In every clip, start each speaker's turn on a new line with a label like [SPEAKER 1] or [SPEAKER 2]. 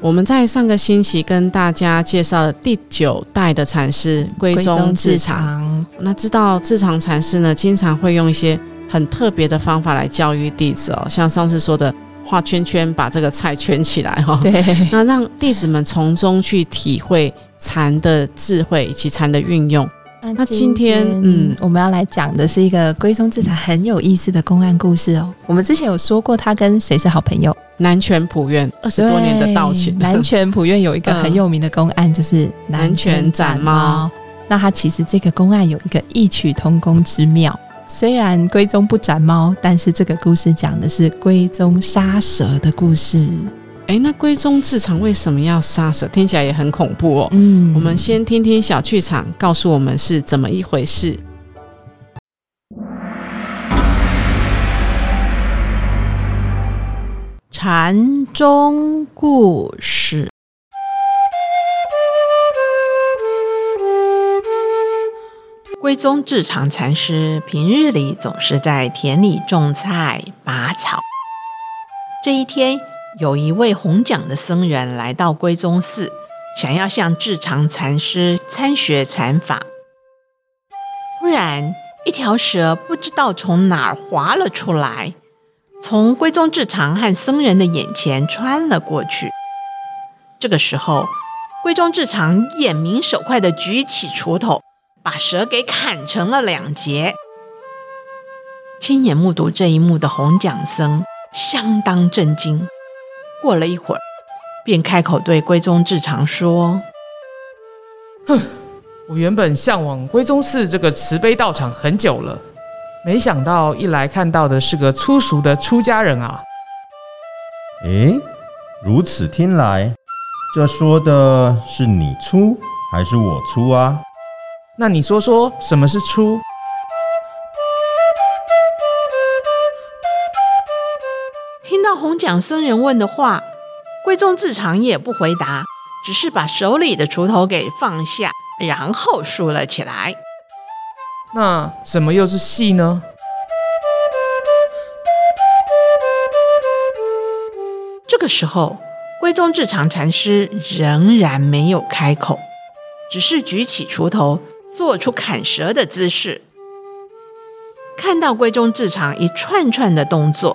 [SPEAKER 1] 我们在上个星期跟大家介绍了第九代的禅师归宗智长。
[SPEAKER 2] 常，
[SPEAKER 1] 那知道智长禅师呢，经常会用一些很特别的方法来教育弟子哦，像上次说的画圈圈，把这个菜圈起来 哈、哦。
[SPEAKER 2] 对，
[SPEAKER 1] 那让弟子们从中去体会禅的智慧以及禅的运用。那今天嗯
[SPEAKER 2] 我们要来讲的是一个龟松智禅很有意思的公案故事哦。我们之前有说过，他跟谁是好朋友？
[SPEAKER 1] 南拳普愿二十多年的道情
[SPEAKER 2] 对，南泉普院有一个
[SPEAKER 1] 嗯
[SPEAKER 2] 很有名的公案，就是
[SPEAKER 1] 南拳斩猫。
[SPEAKER 2] 那它其实这个公案有一个异曲同工之妙，虽然龟宗不斩猫，但是这个故事讲的是龟宗杀蛇的故事。
[SPEAKER 1] 哎，那归宗智长为什么要杀蛇？听起来也很恐怖哦。
[SPEAKER 2] 嗯
[SPEAKER 1] 我们先听听小剧场告诉我们是怎么一回事。
[SPEAKER 2] 禅宗故事。
[SPEAKER 3] 归宗智长禅师平日里总是在田里种菜、拔草。这一天，有一位红讲的僧人来到归宗寺，想要向智长禅师参学禅法。忽然，一条蛇不知道从哪儿滑了出来，从归宗智长和僧人的眼前穿了过去。这个时候，归宗智长眼明手快地举起锄头，把蛇给砍成了两截。亲眼目睹这一幕的红讲僧相当震惊。过了一会儿，便开口对龟宗智长说
[SPEAKER 4] 我原本向往归宗寺这个慈悲道场很久了，没想到一来看到的是个粗俗的出家人啊！
[SPEAKER 5] 诶，如此听来，这说的是你出还是我出啊？
[SPEAKER 4] 那你说说什么是出？
[SPEAKER 3] 听到红讲僧人问的话，龟宗智长也不回答，只是把手里的锄头给放下，然后竖了起来。
[SPEAKER 4] 那什么又是戏呢？
[SPEAKER 3] 这个时候，归宗智长禅师仍然没有开口，只是举起锄头，做出砍蛇的姿势。看到归宗智长一串串的动作，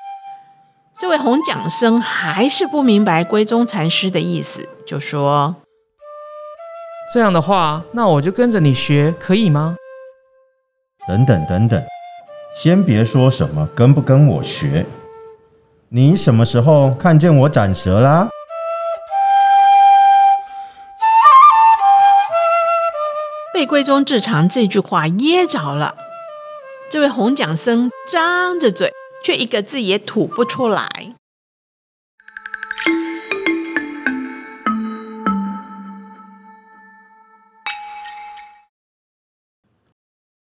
[SPEAKER 3] 这位红讲僧还是不明白归宗禅师的意思，就说
[SPEAKER 4] 这样的话，那我就跟着你学，可以吗？
[SPEAKER 5] 等等等等，先别说什么跟不跟我学，你什么时候看见我斩蛇啦？
[SPEAKER 3] 被归宗智长这句话噎着了。这位红讲僧张着嘴，却一个字也吐不出来。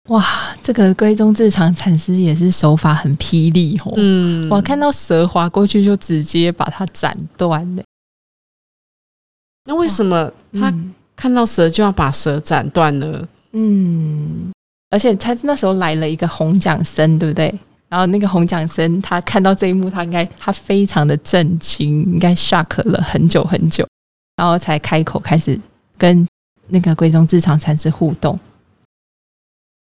[SPEAKER 2] 哇，这个龟宗智长禅师也是手法很霹雳哦。
[SPEAKER 1] 嗯，
[SPEAKER 2] 哇，看到蛇滑过去就直接把它斩断了。
[SPEAKER 1] 那为什么他
[SPEAKER 2] 嗯
[SPEAKER 1] 看到蛇就要把蛇斩断呢？
[SPEAKER 2] 嗯，而且他那时候来了一个红讲僧，对不对？然后那个红讲僧他看到这一幕，他应该他非常的震惊，应该 shock 了很久很久，然后才开口开始跟那个龟宗智长禅师互动。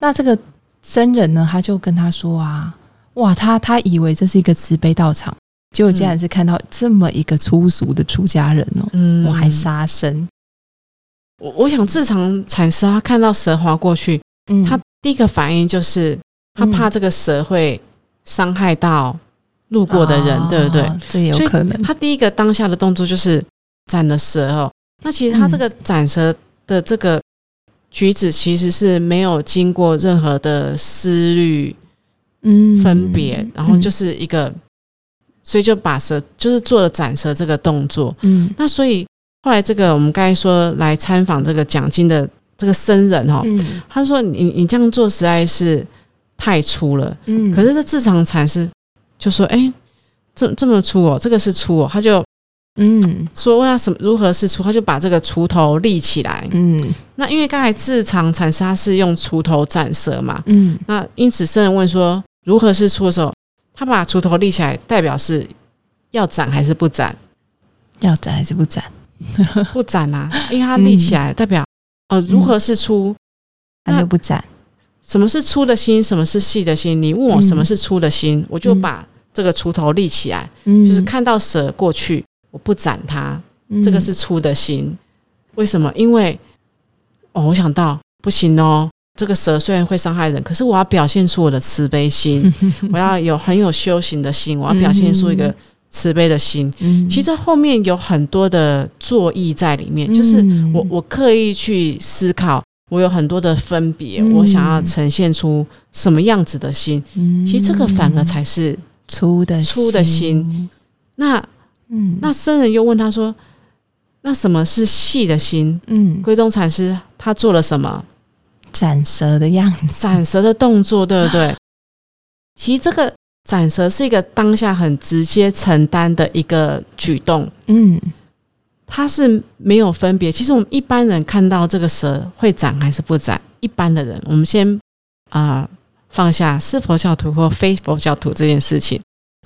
[SPEAKER 2] 那这个僧人呢，他就跟他说啊，哇，他他以为这是一个慈悲道场，结果竟然是看到这么一个粗俗的出家人哦，
[SPEAKER 1] 嗯
[SPEAKER 2] 我还杀生，
[SPEAKER 1] 我我想智长禅师他看到蛇划过去，
[SPEAKER 2] 嗯
[SPEAKER 1] 他第一个反应就是他怕这个蛇会伤害到路过的人，对不对？
[SPEAKER 2] 哦？这也有
[SPEAKER 1] 所以
[SPEAKER 2] 可能。
[SPEAKER 1] 他第一个当下的动作就是斩了蛇哦。那其实他这个斩蛇的这个举止其实是没有经过任何的思虑
[SPEAKER 2] 嗯
[SPEAKER 1] 分别，然后就是是一个，所以就把蛇就是做了斩蛇这个动作。
[SPEAKER 2] 嗯
[SPEAKER 1] 那所以后来这个我们刚才说来参访这个蒋经的这个僧人哦，
[SPEAKER 2] 嗯
[SPEAKER 1] 他说你你这样做实在是太粗了。
[SPEAKER 2] 嗯
[SPEAKER 1] 可是这智长禅师就说：“哎、这这么粗哦，这个是粗哦。”他就
[SPEAKER 2] 嗯
[SPEAKER 1] 说问他什么如何是粗，他就把这个锄头立起来。
[SPEAKER 2] 嗯
[SPEAKER 1] 那因为刚才智长禅师他是用锄头斩蛇嘛，
[SPEAKER 2] 嗯
[SPEAKER 1] 那因此僧人问说如何是粗的时候，他把锄头立起来，代表是要斩还是不 斩？
[SPEAKER 2] 要斩还是不斩？
[SPEAKER 1] 不斩啊，因为他立起来代表
[SPEAKER 2] 嗯
[SPEAKER 1] 呃如何是粗，
[SPEAKER 2] 他就不斩。
[SPEAKER 1] 什么是粗的心，什么是细的心。你问我
[SPEAKER 2] 嗯
[SPEAKER 1] 什么是粗的心，我就
[SPEAKER 2] 嗯
[SPEAKER 1] 把这个锄头立起来，
[SPEAKER 2] 嗯
[SPEAKER 1] 就是看到蛇过去，我不斩它，这个是粗的心。为什么？因为哦，我想到不行哦，这个蛇虽然会伤害人，可是我要表现出我的慈悲
[SPEAKER 2] 嗯
[SPEAKER 1] 心，我要有很有修行的心，我要表现出一个慈悲的心。
[SPEAKER 2] 嗯
[SPEAKER 1] 其实这后面有很多的作意在里面，就是
[SPEAKER 2] 嗯
[SPEAKER 1] 我我刻意去思考，我有很多的分别，
[SPEAKER 2] 嗯
[SPEAKER 1] 我想要呈现出什么样子的心。
[SPEAKER 2] 嗯
[SPEAKER 1] 其实这个反而才是
[SPEAKER 2] 粗的
[SPEAKER 1] 粗的心。那
[SPEAKER 2] 嗯
[SPEAKER 1] 那僧人又问他说：“那什么是细的心？”
[SPEAKER 2] 嗯
[SPEAKER 1] 归宗禅师他做了什么？
[SPEAKER 2] 斩蛇的样子，
[SPEAKER 1] 斩蛇的动作，对不对？其实这个斩蛇是一个当下很直接承担的一个举动，
[SPEAKER 2] 嗯
[SPEAKER 1] 它是没有分别。其实我们一般人看到这个蛇会斩还是不斩，一般的人，我们先啊、呃放下是佛教徒或非佛教徒这件事情，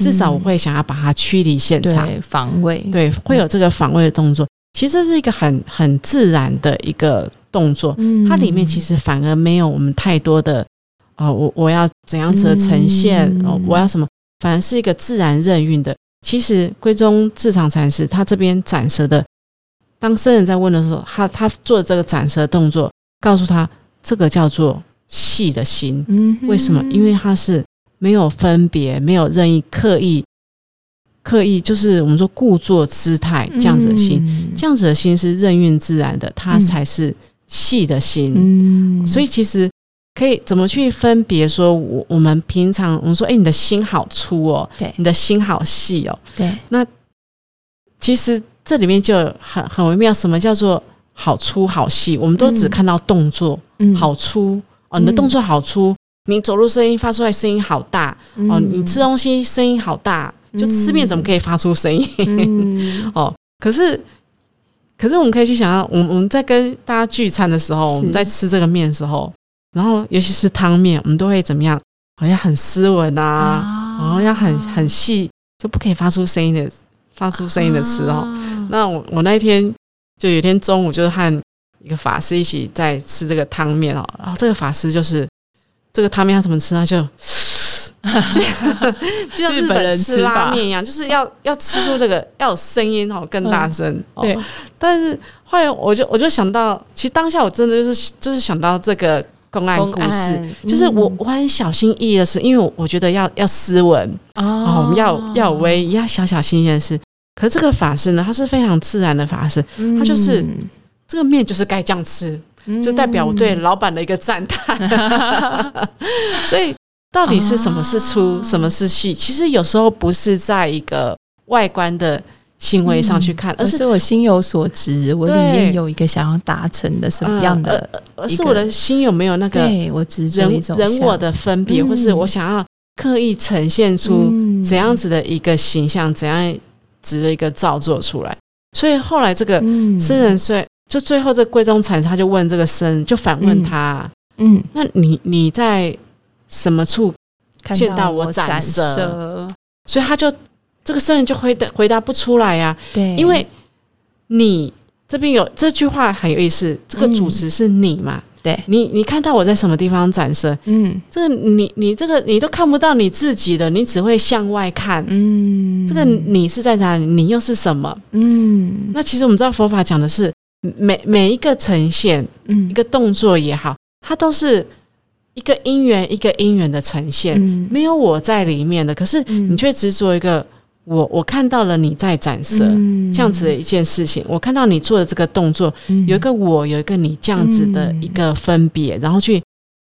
[SPEAKER 1] 至少我会想要把它驱离现场。
[SPEAKER 2] 对防卫，
[SPEAKER 1] 对，会有这个防卫的动作。其实这是一个很很自然的一个动作，
[SPEAKER 2] 嗯，
[SPEAKER 1] 它里面其实反而没有我们太多的哦，我我要怎样子的呈现，
[SPEAKER 2] 嗯
[SPEAKER 1] 哦，我要什么，反而是一个自然任运的。其实归宗智场禅师他这边展示的，当僧人在问的时候，他他做的这个展示的动作，告诉他这个叫做细的心，
[SPEAKER 2] 嗯哼
[SPEAKER 1] 为什么？因为它是没有分别，没有任意刻意刻意，就是我们说故作姿态这样子的心，，这样子的心是任运自然的，它
[SPEAKER 2] 嗯
[SPEAKER 1] 才是细的心。
[SPEAKER 2] 嗯，嗯
[SPEAKER 1] 所以其实可以怎么去分别说，我我们平常我们说，哎、你的心好粗哦，
[SPEAKER 2] 对
[SPEAKER 1] 你的心好细哦，
[SPEAKER 2] 对，
[SPEAKER 1] 其实这里面就有很很微妙，什么叫做好粗好细？我们都只
[SPEAKER 2] 嗯
[SPEAKER 1] 看到动作、
[SPEAKER 2] 嗯
[SPEAKER 1] 好粗哦，你的
[SPEAKER 2] 嗯
[SPEAKER 1] 动作好粗。你走路声音发出来声音好大，哦，
[SPEAKER 2] 嗯
[SPEAKER 1] 你吃东西声音好大，就吃面怎么可以发出声音？
[SPEAKER 2] 嗯
[SPEAKER 1] 可是，可是我们可以去想要，我们我们在跟大家聚餐的时候，
[SPEAKER 2] 是
[SPEAKER 1] 我们在吃这个面的时候，然后尤其是汤面，我们都会怎么样？好像很斯文啊，然后要很很细，就不可以发出声音的，发出声音的吃哦。
[SPEAKER 2] 啊
[SPEAKER 1] 那我我那一天就有一天中午就是和一个法师一起在吃这个汤面哦，然后这个法师就是这个汤面他怎么吃，他就 就就像日
[SPEAKER 2] 日本
[SPEAKER 1] 本
[SPEAKER 2] 人
[SPEAKER 1] 吃
[SPEAKER 2] 吃
[SPEAKER 1] 拉
[SPEAKER 2] 法
[SPEAKER 1] 面一样，就是要要吃出这个要有声音哦，更大声、 哦。
[SPEAKER 2] 嗯对，
[SPEAKER 1] 但是后来我就我就想到，其实当下我真的就是就是想到这个公案故事。
[SPEAKER 2] 事
[SPEAKER 1] 就是我，我很小心翼翼的是，因为我我觉得要要斯文，哦，我们要要有威仪，要小小心心的事。可是这个法师呢，他是非常自然的法师，它就是这个面就是该这样吃，
[SPEAKER 2] 嗯
[SPEAKER 1] 就代表我对老板的一个赞叹。所以到底是什么是粗，
[SPEAKER 2] 啊
[SPEAKER 1] 什么是细？其实有时候不是在一个外观的行为上去看，
[SPEAKER 2] 嗯而
[SPEAKER 1] 而是
[SPEAKER 2] 是我心有所指，我里
[SPEAKER 1] 对
[SPEAKER 2] 面有一个想要达成的什么样的，
[SPEAKER 1] 而是我的心有没有那个
[SPEAKER 2] 对我执着
[SPEAKER 1] 人
[SPEAKER 2] 一种
[SPEAKER 1] 呃人我的分别，
[SPEAKER 2] 嗯
[SPEAKER 1] 或是我想要刻意呈现出怎样子的一个形象，怎样值的一个造作出来。所以后来这个
[SPEAKER 2] 嗯
[SPEAKER 1] 僧人虽就最后这贵宗禅师他就问这个僧，就反问他：
[SPEAKER 2] 嗯，
[SPEAKER 1] 那你你在什么处？
[SPEAKER 2] 看
[SPEAKER 1] 见到我
[SPEAKER 2] 我
[SPEAKER 1] 斩蛇
[SPEAKER 2] 蛇，
[SPEAKER 1] 所以他就这个僧人就回答回答不出来呀、
[SPEAKER 2] 对，
[SPEAKER 1] 因为你这边有这句话很有意思，这个
[SPEAKER 2] 嗯
[SPEAKER 1] 主持是你嘛？
[SPEAKER 2] 对
[SPEAKER 1] 你你看到我在什么地方展示？
[SPEAKER 2] 嗯
[SPEAKER 1] 这个你你这个你都看不到你自己的，你只会向外看。
[SPEAKER 2] 嗯，
[SPEAKER 1] 这个你是在哪里？你又是什么？
[SPEAKER 2] 嗯
[SPEAKER 1] 那其实我们知道佛法讲的是每每一个呈现，
[SPEAKER 2] 嗯
[SPEAKER 1] 一个动作也好，它都是一个因缘一个因缘的呈现，
[SPEAKER 2] 嗯
[SPEAKER 1] 没有我在里面的。可是你
[SPEAKER 2] 嗯
[SPEAKER 1] 却执着一个我，我看到了你在展示、
[SPEAKER 2] 嗯
[SPEAKER 1] 这样子的一件事情，我看到你做的这个动作，
[SPEAKER 2] 嗯
[SPEAKER 1] 有一个我，有一个你这样子的一个分别，然后去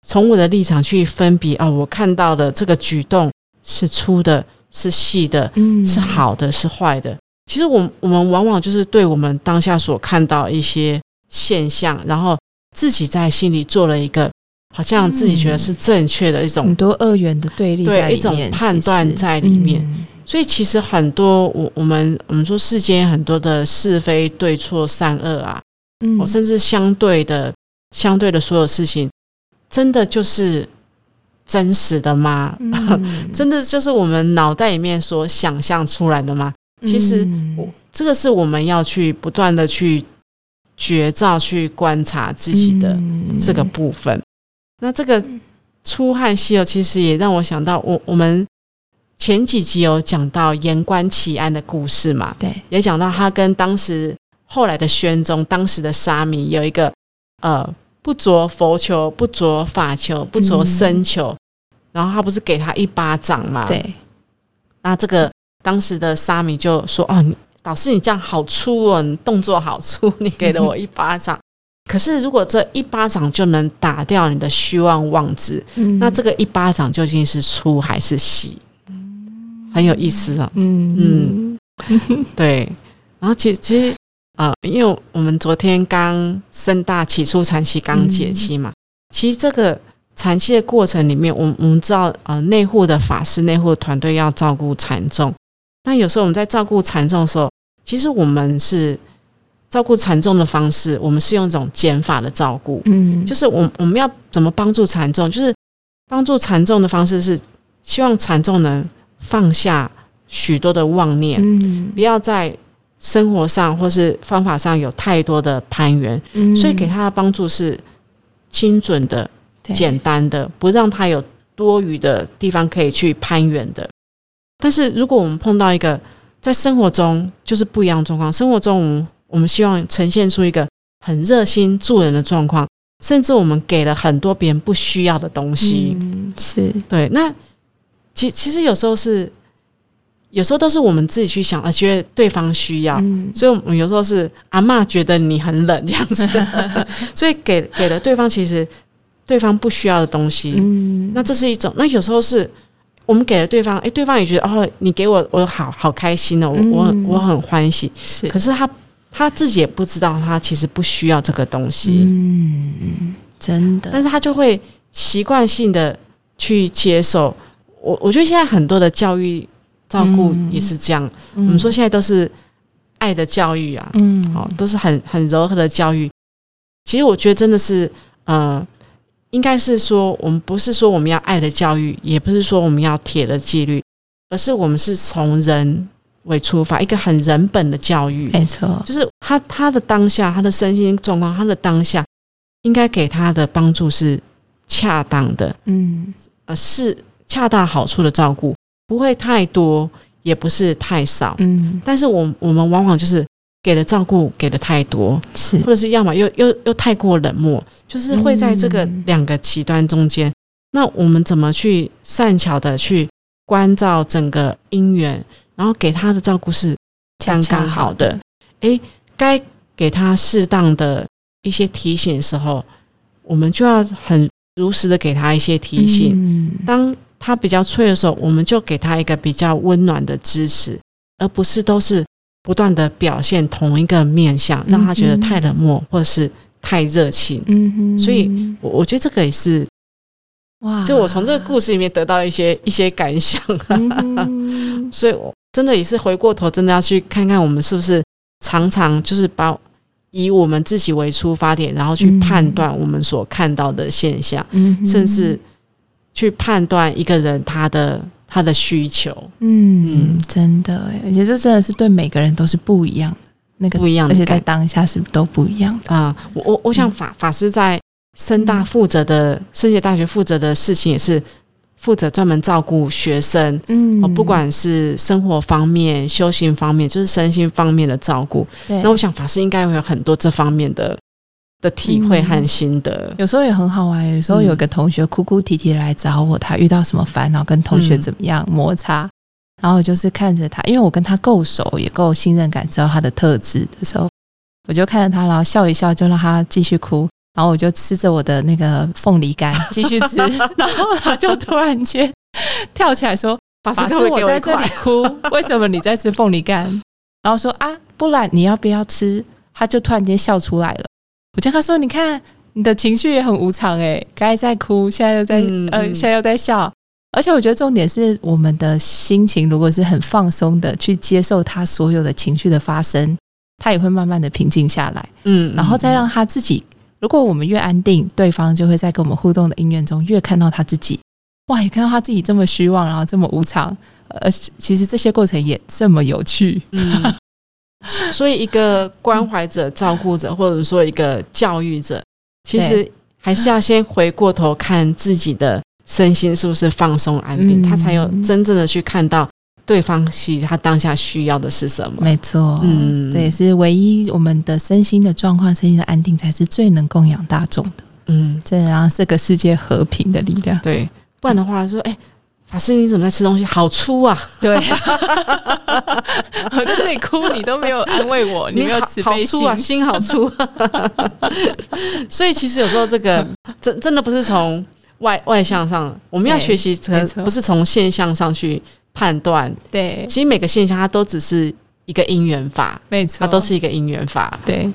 [SPEAKER 1] 从我的立场去分别啊、我看到的这个举动是粗的，是细的，
[SPEAKER 2] 嗯
[SPEAKER 1] 是好的，是坏的。其实我我们往往就是对我们当下所看到一些现象，然后自己在心里做了一个好像自己觉得是正确的一种
[SPEAKER 2] 很多二元的对立在
[SPEAKER 1] 对
[SPEAKER 2] 里面，
[SPEAKER 1] 一种
[SPEAKER 2] 其实
[SPEAKER 1] 判断在里面。
[SPEAKER 2] 嗯
[SPEAKER 1] 所以其实很多我我们我们说世间很多的是非对错善恶啊，
[SPEAKER 2] 嗯
[SPEAKER 1] 哦，甚至相对的相对的所有事情，真的就是真实的吗？
[SPEAKER 2] 嗯
[SPEAKER 1] 真的就是我们脑袋里面所想象出来的吗？其实
[SPEAKER 2] 嗯
[SPEAKER 1] 我这个是我们要去不断的去觉照、去观察自己的
[SPEAKER 2] 嗯
[SPEAKER 1] 这个部分。那这个出汗西游其实也让我想到我我们前几集有讲到言官起案的故事嘛，
[SPEAKER 2] 对，
[SPEAKER 1] 也讲到他跟当时后来的宣宗，当时的沙弥有一个呃不着佛球、不着法球、不着身球，然后他不是给他一巴掌嘛？。
[SPEAKER 2] 嗯对，
[SPEAKER 1] 那这个当时的沙弥就说：“哦，你导师你这样好粗哦，你动作好粗，你给了我一巴掌。可是如果这一巴掌就能打掉你的虚妄妄执，
[SPEAKER 2] 嗯
[SPEAKER 1] 那这个一巴掌究竟是粗还是细？很有意思哦。
[SPEAKER 2] 嗯嗯
[SPEAKER 1] 对，然后其实其实呃，因为我们昨天刚深大起初禅期刚解期嘛，其实这个禅期的过程里面，我们我们知道呃，内护的法师、内护的团队要照顾禅众，那有时候我们在照顾禅众的时候，其实我们是照顾禅众的方式，我们是用一种减法的照顾，
[SPEAKER 2] 嗯，
[SPEAKER 1] 就是我我们要怎么帮助禅众，就是帮助禅众的方式是希望禅众能放下许多的妄念。
[SPEAKER 2] 嗯
[SPEAKER 1] 不要在生活上或是方法上有太多的攀援，
[SPEAKER 2] 嗯
[SPEAKER 1] 所以给他的帮助是精准的、
[SPEAKER 2] 对
[SPEAKER 1] 简单的，不让他有多余的地方可以去攀援的。但是如果我们碰到一个在生活中就是不一样的状况，生活中我们我们希望呈现出一个很热心助人的状况，甚至我们给了很多别人不需要的东西，
[SPEAKER 2] 嗯是
[SPEAKER 1] 对，那其其实有时候是，有时候都是我们自己去想，啊，觉得对方需要，
[SPEAKER 2] 嗯
[SPEAKER 1] 所以我们有时候是阿嬷觉得你很冷这样子， 所以给给了对方其实对方不需要的东西，
[SPEAKER 2] 嗯
[SPEAKER 1] 那这是一种。那有时候是我们给了对方，哎，对方也觉得哦，你给我我好好开心哦，我、我很我很欢喜，
[SPEAKER 2] 嗯是
[SPEAKER 1] 可是他他自己也不知道他其实不需要这个东西，
[SPEAKER 2] 嗯真的
[SPEAKER 1] 但是他就会习惯性的去接受。我我觉得现在很多的教育照顾也是这样，我们说现在都是爱的教育啊，
[SPEAKER 2] 嗯
[SPEAKER 1] 哦，都是很很柔和的教育。其实我觉得真的是，呃，应该是说我们不是说我们要爱的教育，也不是说我们要铁的纪律，而是我们是从人为出发，一个很人本的教育。
[SPEAKER 2] 没错
[SPEAKER 1] 就是他他的当下，他的身心状况，他的当下应该给他的帮助是恰当的，
[SPEAKER 2] 嗯
[SPEAKER 1] 呃，是恰到好处的照顾，不会太多，也不是太少。
[SPEAKER 2] 嗯
[SPEAKER 1] 但是我我们往往就是给的照顾给的太多，
[SPEAKER 2] 是
[SPEAKER 1] 或者是要么又又又太过冷漠，就是会在这个
[SPEAKER 2] 嗯
[SPEAKER 1] 两个极端中间。那我们怎么去善巧的去关照整个因缘，然后给他的照顾是
[SPEAKER 2] 恰
[SPEAKER 1] 刚
[SPEAKER 2] 恰
[SPEAKER 1] 刚好的。诶，该给他适当的一些提醒的时候，我们就要很如实的给他一些提醒。
[SPEAKER 2] 嗯
[SPEAKER 1] 当他比较脆的时候，我们就给他一个比较温暖的支持，而不是都是不断的表现同一个面相，让他觉得
[SPEAKER 2] 嗯嗯
[SPEAKER 1] 太冷漠或者是太热情。
[SPEAKER 2] 嗯哼
[SPEAKER 1] 所以我我觉得这个也是，
[SPEAKER 2] 哇
[SPEAKER 1] 就我从这个故事里面得到一些一些感想、啊
[SPEAKER 2] 嗯哼
[SPEAKER 1] 所以我真的也是回过头，真的要去看看我们是不是常常就是把以我们自己为出发点，然后去
[SPEAKER 2] 嗯
[SPEAKER 1] 判断我们所看到的现象，
[SPEAKER 2] 嗯哼
[SPEAKER 1] 甚至去判断一个人他的他的需求
[SPEAKER 2] 嗯
[SPEAKER 1] 嗯
[SPEAKER 2] 真的耶而且这真的是对每个人都是不一样的那个
[SPEAKER 1] 不一样
[SPEAKER 2] 而
[SPEAKER 1] 的
[SPEAKER 2] 且在
[SPEAKER 1] 感
[SPEAKER 2] 当下是都不一样的
[SPEAKER 1] 啊、我我我想
[SPEAKER 2] 嗯
[SPEAKER 1] 法法师在深大
[SPEAKER 2] 嗯
[SPEAKER 1] 负责的深学大学负责的事情也是负责专门照顾学生，
[SPEAKER 2] 嗯
[SPEAKER 1] 哦，不管是生活方面、修行方面，就是身心方面的照顾。
[SPEAKER 2] 对
[SPEAKER 1] 那我想法师应该会有很多这方面的的体
[SPEAKER 2] 嗯
[SPEAKER 1] 会和心得。
[SPEAKER 2] 有时候也很好玩，有时
[SPEAKER 1] 嗯
[SPEAKER 2] 候有个同学哭哭啼啼地来找我，他遇到什么烦恼，跟同
[SPEAKER 1] 嗯
[SPEAKER 2] 学怎么样摩擦，然后我就是看着他，因为我跟他够熟，也够信任感，知道他的特质的时候，我就看着他，然后笑一笑，就让他继续哭，然后我就吃着我的那个凤梨干继续吃， 然后他就突然间跳起来说：“
[SPEAKER 1] 法
[SPEAKER 2] 法
[SPEAKER 1] 师
[SPEAKER 2] 师，
[SPEAKER 1] 都会
[SPEAKER 2] 我
[SPEAKER 1] 给我
[SPEAKER 2] 在
[SPEAKER 1] 一
[SPEAKER 2] 这里
[SPEAKER 1] 块，
[SPEAKER 2] 哭，为什么你在吃凤梨干？”然后说啊，不然你要不要吃？他就突然间笑出来了。我就跟他说，你看你的情绪也很无常诶、刚才在哭，现在又在、
[SPEAKER 1] 嗯
[SPEAKER 2] 呃，
[SPEAKER 1] 嗯
[SPEAKER 2] 现在又在笑。而且我觉得重点是我们的心情，如果是很放松的去接受他所有的情绪的发生，他也会慢慢的平静下来。
[SPEAKER 1] 嗯，
[SPEAKER 2] 然后再让他自己。如果我们越安定，对方就会在跟我们互动的音乐中越看到他自己。哇，也看到他自己这么虚妄，然后这么无常，呃，其实这些过程也这么有趣。
[SPEAKER 1] 嗯，所以一个关怀者、照顾者，或者说一个教育者，其实还是要先回过头看自己的身心是不是放松安定，
[SPEAKER 2] 嗯
[SPEAKER 1] 他才有真正的去看到对方需他当下需要的是什么。
[SPEAKER 2] 没错，
[SPEAKER 1] 嗯
[SPEAKER 2] 这也是唯一我们的身心的状况、身心的安定，才是最能供养大众的，
[SPEAKER 1] 嗯，
[SPEAKER 2] 最能让这个世界和平的力量。
[SPEAKER 1] 对，不然的话说，哎、法师你怎么在吃东西？好粗啊！
[SPEAKER 2] 对， 我在这里哭，你都没有安慰我，你没有
[SPEAKER 1] 好
[SPEAKER 2] 慈
[SPEAKER 1] 好
[SPEAKER 2] 悲
[SPEAKER 1] 粗
[SPEAKER 2] 心
[SPEAKER 1] 啊，心好粗、啊 所以其实有时候这个真真的不是从外外向上，我们要
[SPEAKER 2] 对
[SPEAKER 1] 学习，可
[SPEAKER 2] 没
[SPEAKER 1] 能
[SPEAKER 2] 错
[SPEAKER 1] 不是从现象上去判断。
[SPEAKER 2] 对，
[SPEAKER 1] 其实每个现象它都只是一个因缘法，
[SPEAKER 2] 没错，
[SPEAKER 1] 它都是一个因缘法。
[SPEAKER 2] 对。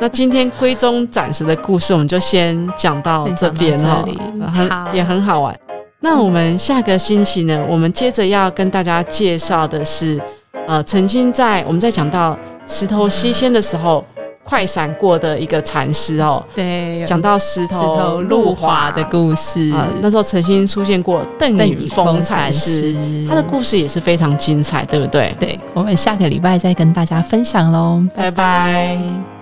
[SPEAKER 1] 那今天归宗暂时的故事，我们就先讲到这边
[SPEAKER 2] 先讲
[SPEAKER 1] 哦
[SPEAKER 2] 到这里，嗯好嗯
[SPEAKER 1] 很也很好玩。那我们下个星期呢，我们接着要跟大家介绍的是，呃，曾经在我们在讲到石头西迁的时候，快闪过的一个禅师哦，
[SPEAKER 2] 对，
[SPEAKER 1] 讲到石
[SPEAKER 2] 石头
[SPEAKER 1] 头
[SPEAKER 2] 路
[SPEAKER 1] 路
[SPEAKER 2] 滑
[SPEAKER 1] 滑
[SPEAKER 2] 的故事，
[SPEAKER 1] 啊、那时候曾经出现过邓
[SPEAKER 2] 邓
[SPEAKER 1] 宇
[SPEAKER 2] 宇
[SPEAKER 1] 峰
[SPEAKER 2] 峰
[SPEAKER 1] 禅
[SPEAKER 2] 禅
[SPEAKER 1] 师，
[SPEAKER 2] 师，
[SPEAKER 1] 他的故事也是非常精彩，对不对？
[SPEAKER 2] 对，我们下个礼拜再跟大家分享喽，
[SPEAKER 1] 拜拜
[SPEAKER 2] 拜